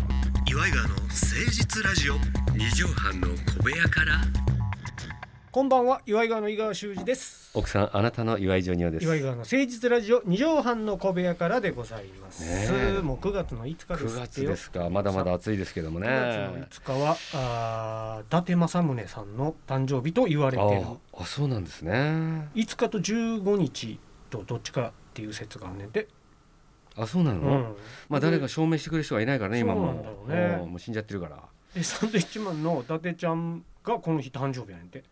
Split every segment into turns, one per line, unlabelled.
イガーの誠実ラジオ
二畳半の小部屋から
こんばんは岩井川の井川修司です
奥さんあなたの岩井ジョニオです
岩井川の誠実ラジオ二畳半の小部屋からでございます、
ねえ
もう9月の5日です
9月ですかまだまだ暑いですけどもね
9月の5日はあー伊達政宗さんの誕生日と言われてる
ああそうなんですね
5日と15日とどっちかっていう説があんねんで、
あそうなの、
うん
まあ誰か証明してくれる人がいないからね今も
そうなんだろうね
んもう死んじゃってるから
でサンドイッチマンの伊達ちゃんがこの日誕生日やねんて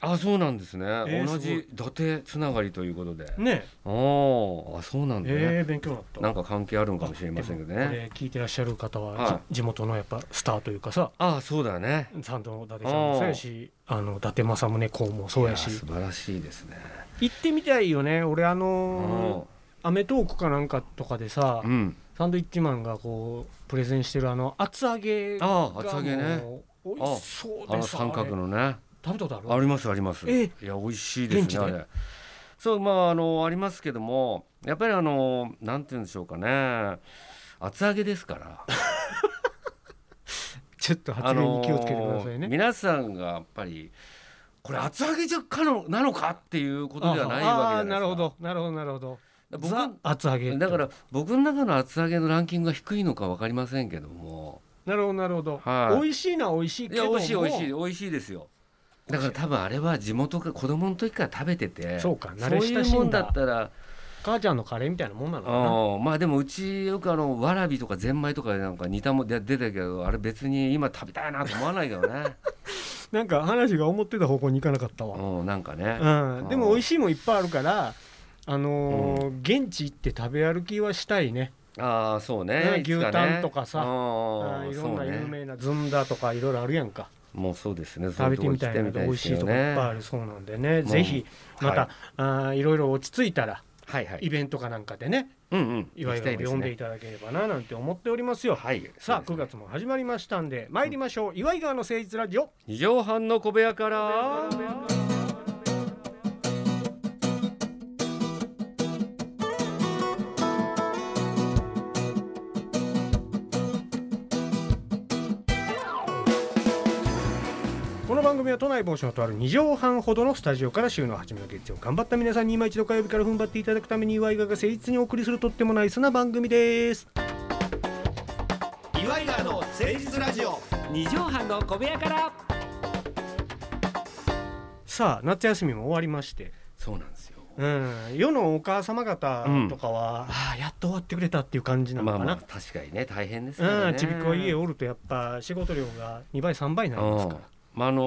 あそうなんですね、
えー
同じ伊達つながりということで、
ね
あーあそうなんだね、
ええー勉強になった
なんか関係あるのかもしれませんけど
でもこ
ね
れ聞いてらっしゃる方は、
は
じ地元のやっぱスターというかさ
ああそうだね
サンドの伊達ちゃんもそうやしあの伊達政宗公もそうや
い
し
や素晴らしいですね
行ってみたいよね俺あ
う
のーアメトークかなんかとかでさ、
ん
サンドイッチマンがこうプレゼンしてるあの厚揚げが
ああ厚揚げね
もう美味しそう
あ
で
の
さ
三角
あれ
のね
食べたことある
ありますあります。
え
いや美味しいです
現地
ね
で
あれ。そうまああのありますけどもやっぱりあのなんて言うんでしょうかね厚揚げですから
ちょっと
あ
発言
の
に気をつけてくださいね、
皆さんがやっぱりこれ厚揚げじゃかのなのかっていうことではない
あ
わ
あ
けじゃないですか。
なるほどなるほどなるほど
僕
ザ厚揚げ
だから僕の中の厚揚げのランキングが低いのかわかりませんけども
なるほどなるほど、
はい
美味しいな美味しい
い
けど
や
も
美味しい美味しい美味しいですよだから多分あれは地元が子供の時から食べてて
そうか慣
そう
れ
い
親
う
し
も
ん
んだ
だ
ったら
母ちゃんのカレーみたいなもんなのかな
ああまあでもうちよくあのわらびとかゼンマイとかなんか似たもんで出てたけどあれ別に今食べたいなと思わないけど ね、
なんか話が思ってた方向に行かなかったわ
うん、なんかね、
うん、でも
うん
美味しいもんいっぱいあるから、あのー現地行って食べ歩きはしたいね、
ああそうね
ね
いつね
牛タンとかさ
あ
あ
あ
ーいろ
そ
ん
う
な有
ね
名なずんだとかいろいろあるやんか、
もうそうですね
食べてみたいなと美味しいとこいっぱいあ
る
るそうなんでね、
ん
ぜひまた、
はい
あーいろいろ落ち着いたら
はいはい
イベントかなんかでね
うんうん
いわゆ
行きた
る
ですね
呼んでいただければななんて思っておりますよ、
はい
さあ
そう
9
ですね
月も始まりましたんで参りましょう、岩井川の誠実ラジオ
二畳半の小部屋から
この番組は都内某所のとある2畳半ほどのスタジオから週の初めの月曜頑張った皆さんに今一度火曜日から踏ん張っていただくために岩井川が誠実にお送りするとってもナイスな番組です
岩井川の誠実ラジオ
二畳半の小部屋から
さあ夏休みも終わりまして
そうなんですよ
うん世のお母様方とかは、ああやっと終わってくれたっていう感じなの
ま
か
あ
な、
まあ確かにね大変です
う
ね
んちびっこ家おるとやっぱ仕事量が2倍3倍になりますから
うんまああの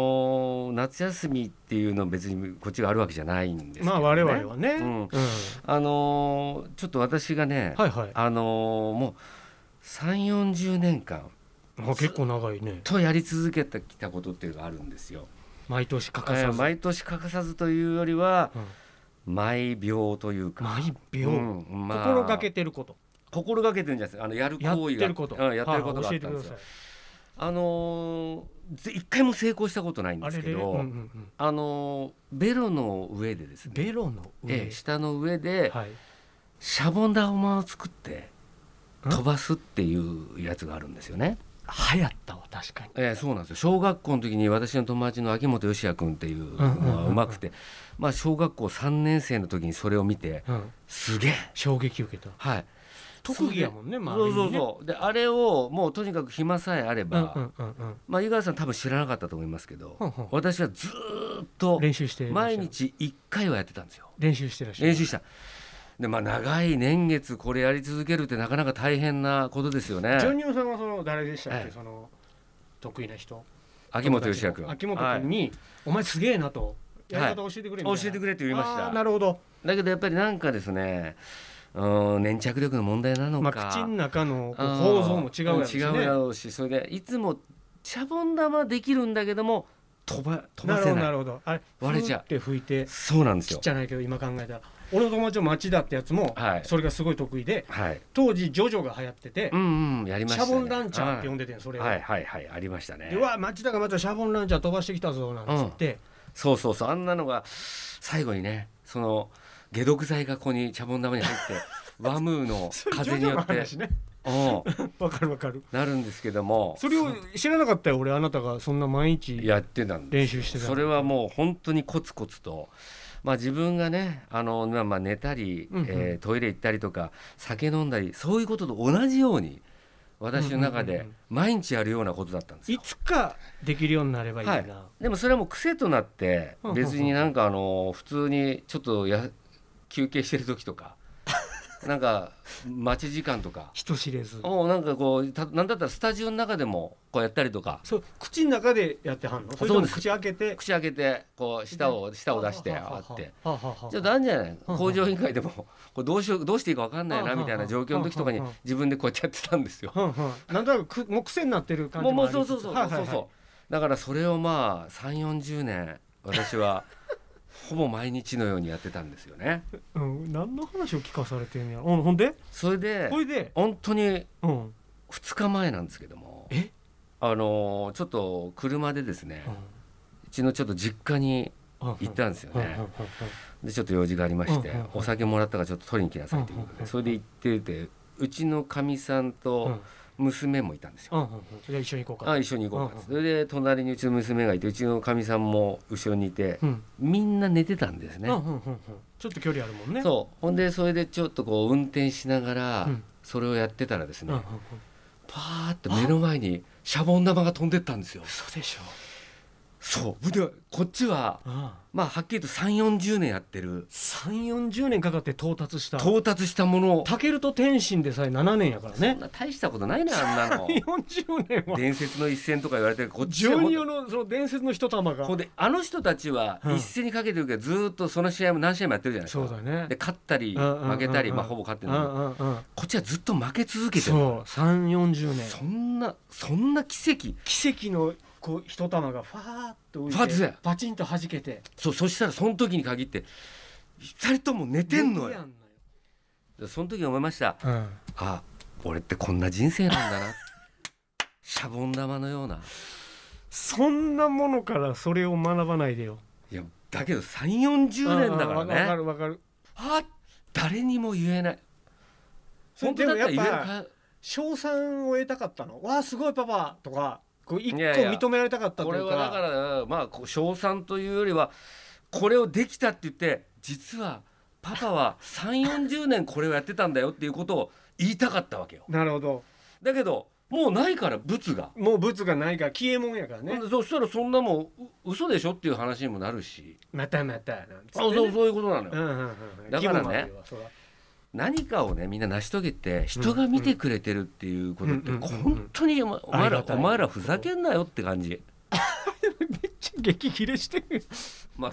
ー夏休みっていうのは別にこっちがあるわけじゃないんですけど、ね、
まあ我々はね、
う
うんん
あのーちょっと私がね、
はいはい
あのーもう3 4 0年間
あ結構長いね
とやり続けてきたことっていうのがあるんですよ。
毎年欠かさ
えー
ず、
毎年欠かさずというよりは
うん
毎秒というか
毎秒、
うんまあ
心がけてること
心がけてるんじゃないですかあのやる行為が
やってること、
うんやってることがあ
はい
ったんですよ
教えてくだ。さ
あのーぜ一回も成功したことないん
い
で
あ
す
れ
け
で、
ど
うんうんうん
あのーベロの上でですね
ベロの上、
ええ下の上で
はい、
シャボン玉を作って
ん
飛ばすっていうやつがあるんですよね。
流行ったわ確かに
ええそうなんですよ小学校の時に私の友達の秋元義也君っていうのがうまくて、まあ、小学校3年生の時にそれを見て
うん
すげえ
衝撃受けた
はい
特技やもんね
そ
まあ
うそうそうであれをもうとにかく暇さえあれば、
うんうんうんうん
まあ、井川さん多分知らなかったと思いますけど、
ほんほん
私はずーっと
練習してらっしゃる
毎日1回はやってたんですよ。
練習してらっしゃる
練習したでまあ長い年月これやり続けるってなかなか大変なことですよね
ジョニオさんはその誰でしたっけ、
はい
その得意な人
秋元義也君
秋元君に、お前すげえなとやり方教えてくれみたいな、
はい教えてくれって言いました
あーなるほど、
だけどやっぱりなんかですねうーん粘着力の問題なの
ま
か、
あ、口の中のこう
あー
構造も違うやろうし、ね、
違うやろうしそれでいつもシャボン玉できるんだけども飛ば飛
な
ば
る
せ
ほ
な
ど
い
なるほどあれ
割れちゃう
ふーって吹いて
そうなんです
ちっ
よ
ちゃないけど今考えたら俺の友達の町田ってやつも
はい
それがすごい得意で
はい
当時ジョジョが流行ってて
うんうんやりまし
シ
た、
ャ
ね、
ボンランチャーって呼んでてんそれを
はいはいはいはいありましたね
でうわ町田がまたシャボンランチャー飛ばしてきたぞなんつって
そうそうそうあんなのが最後にねそ の解毒剤がここにシャボン玉に入ってワムーの
それ
風によっ
ジョ
て
ジョの話ね
おう
わかるわかる
なるんですけども
それを知らなかったよ俺あなたがそんな毎日
やってたんです
練習してた
それはもう本当にコツコツと、まあ、自分がねあの、まあ、まあ寝たり、
うんうん
えートイレ行ったりとか酒飲んだりそういうことと同じように私の中
うんうん
で
うん
毎日やるようなことだったんですよ。
いつかできるようになればいいな、
はいでもそれはもう癖となって
うんうんうん
別になんかあの普通にちょっとや休憩してる時と かなんか待ち時間とか
人知れず
おなんかこうたなんだったらスタジオの中でもこうやったりとか
そう口の中でやってはんのそれと
そう
も
です
口開けて
口開けてこう舌を舌を出して
はあは
あ
あはあ
って
はあはあはあ
ちょっとあるんじゃない
うん
工場委員会でもこれどうしようどうしていいか分かんない
うんう
なんみたいな状況の時とかに
うんうんうん
自分でこうやってやってたんですよ。
はんはんなんとなくくもう癖になってる感
も
じ
うも
もあ
う
り
そう
つつ
そうそう
は
そ
いう
そう
はいはい
そうだからそれをまあ3 4 0年私はほぼ毎日のようにやってたんですよね。
うん、何の話を聞かされてんねやろ、うん、ほんで
それで
ほいで、
本当に
うん、
2日前なんですけども
え
あのーちょっと車でですねうちのちょっと実家に行ったんですよね。でちょっと用事がありまして、
うんうんうん
お酒もらったからちょっと取りに来なさいということで、
うんうんうん
それで行っててうちのかみさん
うんう
と
ん
娘もいたんですよ。
うんうんじゃあ一緒に行こうか
あ一緒に行こうかっつって、
うん
それで隣にうちの娘がいてうちのかみさんも後ろにいて
うん
みんな寝てたんですね。
うんうんうんうんちょっと距離あるもんねう
そうほんでそれでちょっとこう運転しながら
うん
それをやってたらです
ん
ね、
うんうん
パーって目の前にシャボン玉が飛んでったんですよ。
嘘でしょ
そうでこっちは
ああ
まあはっきりと3 4 0年やってる
3 4 0年かかって到達した
到達したものを
タケルと天心でさえ7年やから
そ
ね
んな大したことないねあんなの。
40年 は
伝説の一戦とか言われてるこっち
ジ
は
ョ
もっ
ニ
と
オのその伝説の一玉が
ほんであの人たちは
うん
一戦にかけてるけどずーっとその試合も何試合もやってるじゃないですか。
そうだね
で勝ったり
うんうんうん
負けたりまあほぼ勝って
うん
るんだけど
うんうん
こっちはずっと負け続けてる
そう3 4 0年
そんなそんな奇跡
奇跡のこう一玉がファーッと浮
ファ
い
ーッ
てパチンと弾けて
そうそしたらその時に限って二人とも寝てんの
寝や
よ
ん
その時思いました
のよ
あ俺ってこんな人生なんだな シャボン玉のような
そんなものからそれを学ばないでよ
いやだけど3 4 0年だからね
わかるわかる
あ誰にも言えない
それ
本当だったら言え
でもやっぱ
るか
賞賛を得たかったのわあすごいパパとかこう一個
いやいや
認められたかったと
こ
い
れ
う
はだ
か
からまあこう称賛というよりはこれをできたって言って実はパパは3 4 0年これをやってたんだよっていうことを言いたかったわけよ
なるほど
だけどもうないから物が、
もう物がないから消えもんやからね
そしたらそんなもんう嘘でしょっていう話にもなるし
またまたなんつって
あそうそういうことなのよ、
うんうんうんうん
だからね
規模もあるよそら
何かをねみんな成し遂げて人が見てくれてるっていうことって
うんうん
本当にお前お
あ
前
りが
ら
たい
お前らふざけんなよって感じ。
めっちゃ激切れしてる
まあ、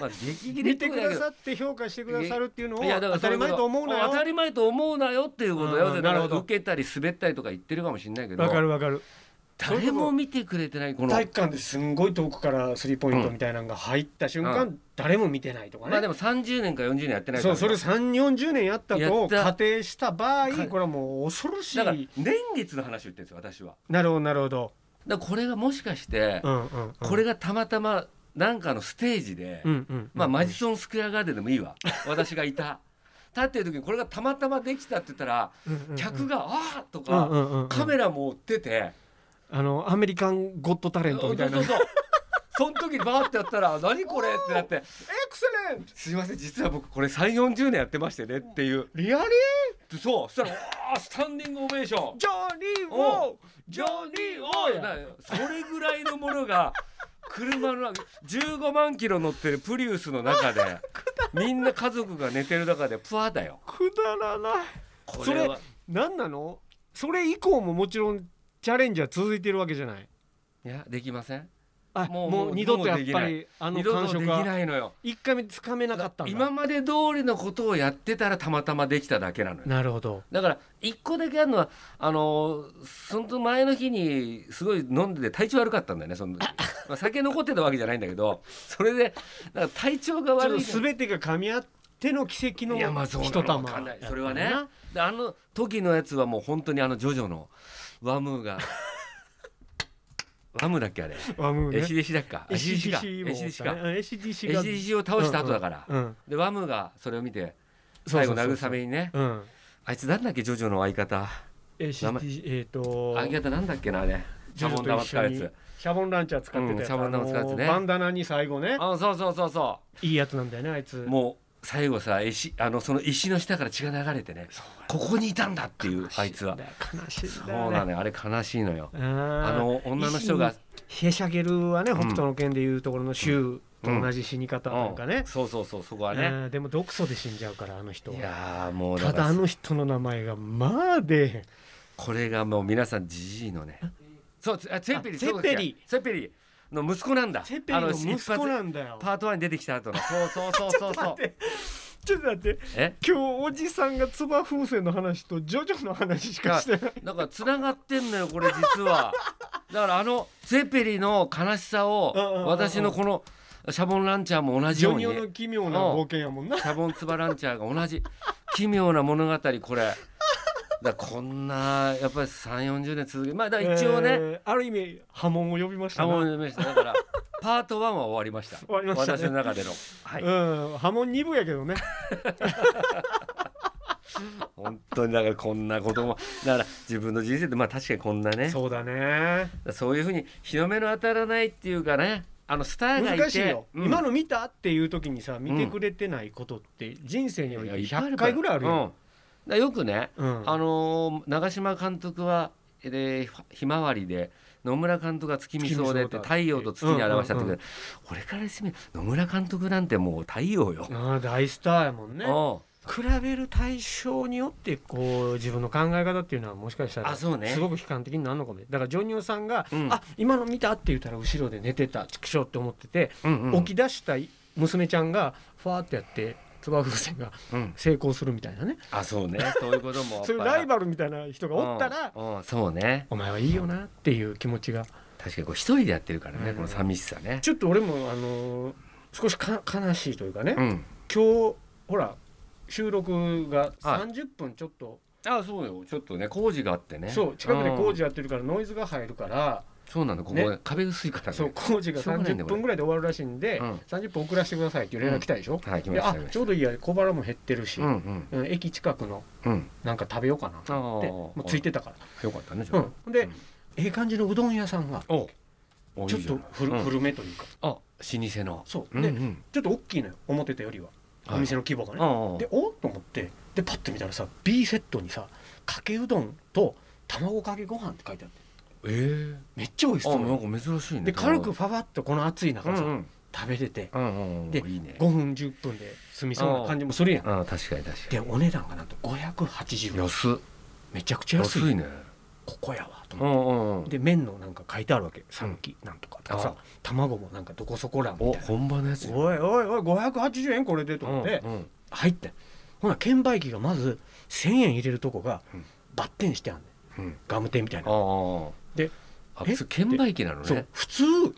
まあ激切れ
見
って
て
こ
く
とだけ
だ
ど
さって評価してくださるっていうのを
いやだから
当たり前と思うな
当た
よ
り前と思うなよっていうこと
うん
よ、な
なる
る
ほ
ほ
ど
ど受けたり滑ったりとか言ってるかもしれないけど
わかるわかる
誰も見てくれてないこの
体育館ですんごい遠くからスリーポイントみたいなのが入った瞬間、
う
誰も見てないとかね、
まあでも30年か40年やってないか
そう
ら
それ3 4 0年やった
や
と
った
仮定した場合
か
これはもう恐ろしい
だから年月の話を言ってるんですよ私は
なるほどなるほど、
だからこれがもしかして、
うんうんうん、
これがたまたまなんかのステージで、
うんうんうん
まあマジソンスクエアガーデンでもいい わ私がいた立ってる時にこれがたまたまできたって言ったら客が「ああ!」と
うんう
か
んうんうん
カメラ持ってて
あのアメリカンゴッドタレントみたいな
そうそうそうその時にバーってやったら「何これ!」ってなって
エクセレント
すいません実は僕これ3 4 0年やってましてねっていう
リアリ
そうそしたら「あースタンディングオベーション
ージョニー
お
をジョニーを
ーなそれぐらいのものが車の中15万キロ乗ってるプリウスの中 でみんな家族が寝てる中でプワだよ
くだらない
こ
そ
れ
れ
は
何なのそれ以降ももちろんチャレンジは続いてるわけじゃない
いやできません
あも
も
う
うもう
二度とやっぱりあの
二度
感
とで
触
き
が
ないのよ
一回目つかめなかったんだ
今まで通りのことをやってたらたまたまできただけなのよ
なるほど
だから一個だけあるのはあのーその前の日にすごい飲んでて体調悪かったんだよねその 時まあ酒残ってたわけじゃないんだけどそれでなんか体調が
ちょ
悪
っ
い
と全てが噛み合っての奇跡の
いやまあそうな
ひ
の
と玉
わかんないそれはねであの時のやつはもう本当にあのジョジョのワムーがワムーだっけあれ
ワム
エシ
ね
デシだっかエシデシかエ
SDC も
シデシか
エシデシ
エシデシを倒した後だから
うんうん
でワムーがそれを見て最後
そうそうそうそう
慰めにね
うん
あいつなんだっけジョジョの相方
えー、
名前
CT えっ、と
揚げ方なんだっけなあれシャボン玉使うや
ジュジ
つ
ュと一緒にシャボンランチャー使ってたやつ、
うんシャボン玉使うやつね
あのーバンダナに最後ね
あそうそうそうそ
いいやつなんだよねあいつ
うもう最後さ石あのその石の下から血が流れてねここにいたんだっていうあいつは
悲しいん
そう
だよ
な
ね
のよあれ悲しいのよ
あー
あの女の人が
石へしゃげるはね
ん
北斗の剣でいうところの衆と同じ死に方なんか
う
ね
ん、そうそうそうそこは
あ
ね
ーでも毒素で死んじゃうからあの人
い
は
やーもう
た
から
だあの人の名前がまあ出えへん
これがもう皆さんじじいのねそうつあツェッペリ
あ
そうだっけ
ツェッペリ
ツェッペリの息子なんだ
セペリの
あ
息子
の一発
なんだよ
パート1に出てきた後のそうそう そうそうそう
待ってちょっと待って
え
今日おじさんがつば風船の話とジョジョの話しかしてない
なんか繋がってんのよこれ実 はだからあのツェペリの悲しさを
うんうんうんうん
私のこのシャボンランチャーも同じ
ジ
よう
ョ
に
ニオの
シ
奇妙な冒険やもんな
ャボンツバランチャーが同じ奇妙な物語これだからこんなやっぱり3 4 0年続けまあだから一応ね、
えーある意味波紋を呼びました
シャ
な
ボン読みましただからパート1は終わりました
終わりましたね
私の中でのはい
うん波紋二部やけどね
本当にだからこんなこともだから自分の人生でまあ確かにこんなね
そうだね
そういうふうに日の目の当たらないっていうかねあのスターがいて
難しいよ、
うん
今の見たっていう時にさ見てくれてないことって人生において
いやいっぱいあ
100
るから
回ぐらいある
うん
よ、
だからよくね、
うん
あのー長嶋監督はえでひまわりで野村監督が月見草でって
月見草だって
太陽と月に表したって、
うんうんうん
俺からしてみれば野村監督なんてもう太陽よ。
ああ大スターやもんね
うん
比べる対象によってこう自分の考え方っていうのはもしかしたら
あそうね
すごく悲観的になるのかもだからジョニオさんが
う
「
ん
あ今の見た」って言ったら後ろで寝てた畜生って思ってて、
うんうん
起き出した娘ちゃんがファーってやってつば風船が
うん
成功するみたいなね
あそう ねそういうことも
そういうライバルみたいな人が
うん
おったら、
うんそうね
お前はいいよなっていう気持ちが
確かにこう一人でやってるからね、
うん
この寂しさね。
ちょっと俺もあのー少しか悲しいというかね、
うん、
今日ほら収録が
はい
30分ちょっと、
あそうよちょっとね工事があってね
そう近くで工事
うん
やってるからノイズが入るから、
そうなのここ、
ね
壁薄いからね
そう工事が
しょうがないんだ
30
これ
分ぐらいで終わるらしいんで、
うん
30分遅らせてくださいっていう連絡来たでしょ、
はい来ま
で
した
あ
来まし
ちょうどいいや小腹も減ってるし、
たうんうん
うん駅近くの
うん
なんか食べようかな
あ
と思って
も
もうついてたか
よかったね、
ら、うん、で、
うん
ええ感じのうどん屋さんが
お
ちょっと古,、
うん
古めというか
あ老舗の
そう
うん
で、
うん
ちょっと大きいのよ思ってたよりは、
はい
お店の規模がね、
あ
でおっと思ってでパッと見たらさ B セットにさかけうどんと卵かけご飯って書いてあって
ええ
めっちゃ美味し
あ
そうよ
なんか珍しいね
で軽くファファッとこの暑い中
うん
さ、
うん
食べれて
うんうん
で
いいね
5分10分で済みそうな感じもするやん
あ確かに確か
でお値段がなんと580
に
円
安
めちゃくちゃ安
安
い
いね
ここやわと
う
思っ
んうんうん
てで麺のなんか書いてあるわけ讃岐なんとかとかさ
あ
卵もなんかどこそこらみたい
お
な
本場のやつ
おいおいおい580円これでと思って
うんうん
入ってほな券売機がまず1,000円入れるとこが
うん
バッテンしてあんねん
うん
ガムテみたい
あ
な
あ
で
あ
え
普通券売機なの
そう
ね
普通
うん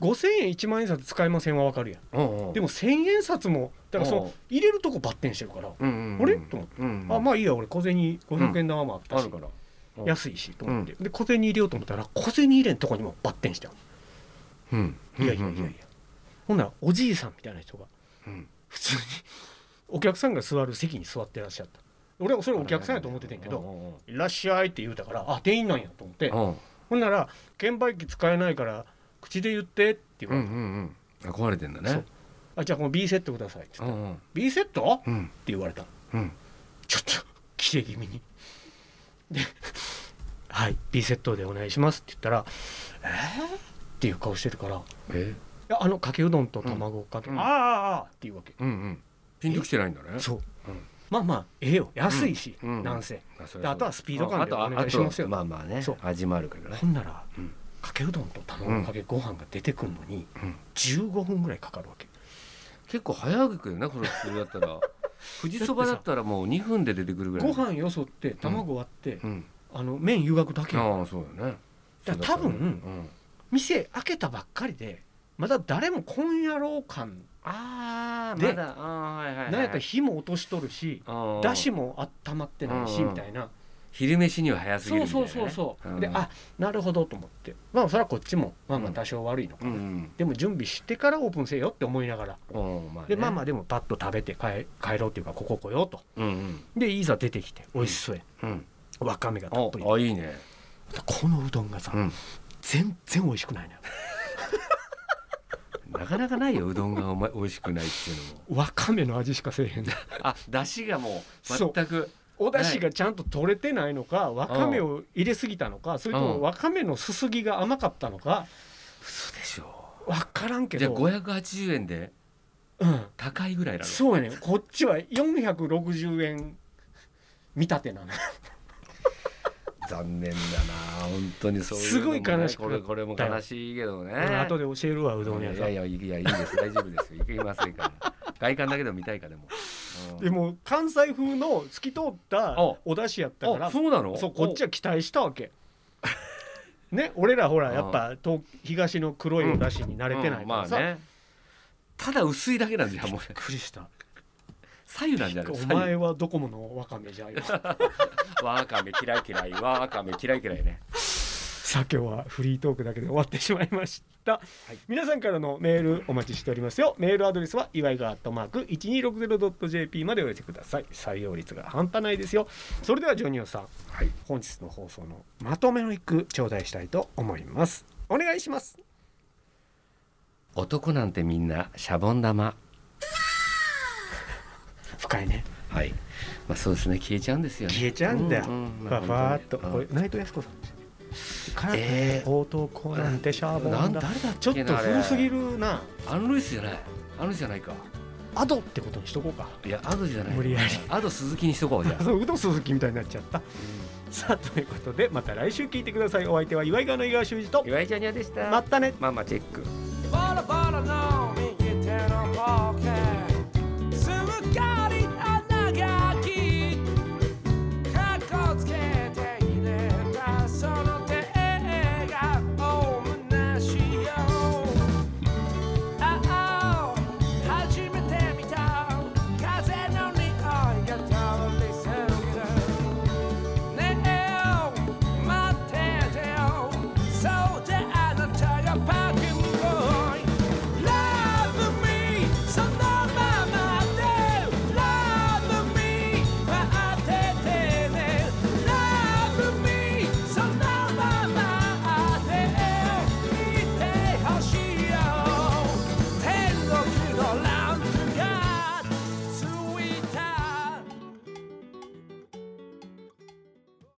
5,000円1万円札使いませんはわかるやん
うんうん
でも1,000円札もだからその入れるとこバッテンしてるから
うんうんうん
あれと思って
うんうん
あまあいいや俺小銭500円玉もあった
あ
し
るからうん
安いしと思ってで小銭入れようと思ったら小銭入れんとこにもバッテンしてあん
うん
いやいやいやいやほんならおじいさんみたいな人が
うん
普通にお客さんが座る席に座ってらっしゃった俺はそれお客さんやと思っててんけ
う
ど
んうん
「いらっしゃい」って言うたからあ店員なんやと思って
うん
ほんなら券売機使えないから口で言ってって言
う
われて
んうんうん壊れてんだ
そ
ね
うあじゃあこの B セットください」って言
う
って
んうん
「B セット?」って
うん
言われた
うん
ちょっとキレ気味にで「はい B セットでお願いします」って言ったら「えー?」っていう顔してるから「い
え
やあのかけうどんと卵かけ、
うん
ああああ」っていうわけ
うんうんピンときてないんだね
そう、
うん
まあまあええよ安いし、
うん
なんせ
あそれ
であとはスピード感で
ああと
お願いしますよ
あとはまあまあね
そう
味もあるからね
ほんなら、
うん
かけうどんと卵かけご飯が出てくるのに
ん
15分ぐらいかかるわけ、
結構早くよねこれ普通だった ら富士そばだったらもう2分で出てくるぐらい
ご飯よそって卵割って、
うん
あの麺湯がくだけよ
ああそうだね
だから多分店開けたばっかりでまだ誰もこんやろう感
ああ
で
まだああーはいはいはい
なんやったら火も落としとるし
ああ
だしも温まってないし
うん
みたいな
昼飯には早すぎる
そう
みたいな
そう
ね
そうそうで
ん
あなるほどと思ってまあそれはこっちもまあま
う
あ
ん
多少悪いのか
うん
な
うん
でも準備してからオープンせよって思いながら
うんまあね
でまあまあでもパッと食べて帰帰ろうっていうかここ来ようと
うんうん
でいざ出てきて美味しそうや
うん
わかめがたっぷり
おあいいね
このうどんがさ、
うん
全然美味しくないのよ
なかなかないようどんがおま美味しくないっていうのも
わかめの味しかせえへんの
あだしがも
そう
う全く
お出汁がちゃんと取れてないのかわかめを入れすぎたのかそれと
う
も
ん
わかめのすすぎが甘かったのか
嘘でしょ
わからんけ
じゃあ
ど
580円で
うん、
高いぐらいなの
そうやねんこっちは460円見立てなのよ
残念だな本当にそういうのもね
すごい悲しく
これこれも悲しいけどね
後で教えるわうどん屋
い
さ
や
ん
いやいやいいです大丈夫ですよ行きませんから外観だけでも見たいかでも、うん
でも関西風の透き通った
お
お出汁やったから
あそうなの
そうこっちは期待したわ けね俺らほらやっぱ東東の黒いお出汁に慣れてないからさ、
うんまあねただ薄いだけなんじゃんもう
びっくりした
左右なんじゃない
お
左右
前はドコモのわか めじゃよ
わかめ嫌い嫌いわかめ嫌い嫌いね
さあ今日はフリートークだけで終わってしまいました、
い
皆さんからのメールお待ちしておりますよメールアドレスは祝いがアットマーク 1260.jp までお寄せください採用率が半端ないですよそれではジョニオさん、本日の放送のまとめの一句頂戴したいと思いますお願いします
男なんてみんなシャボン玉
深いね
はいまあそうですね消えちゃうんですよね
消えちゃうんだよ、
うう
ふわふわっと、
まあ
こ
本
れ内藤康子さんですから
えー
男なんてシャ
当に
ボン
なん
だ
誰だっ
ちょっ
け
と
なあれ
古すぎるな
アン・ルイスじゃないアン・ルイスじゃないか
アドってことにしとこうか
いやアドじゃない
無理やり
アド鈴木にしとこうじゃ あ
そうウド鈴木みたいになっちゃった、さあということでまた来週聞いてくださいお相手は岩井川の井川修司と
岩井ジャニアでした
またね
ママチェック
Bada bada now, me get down on ball. eh, oh,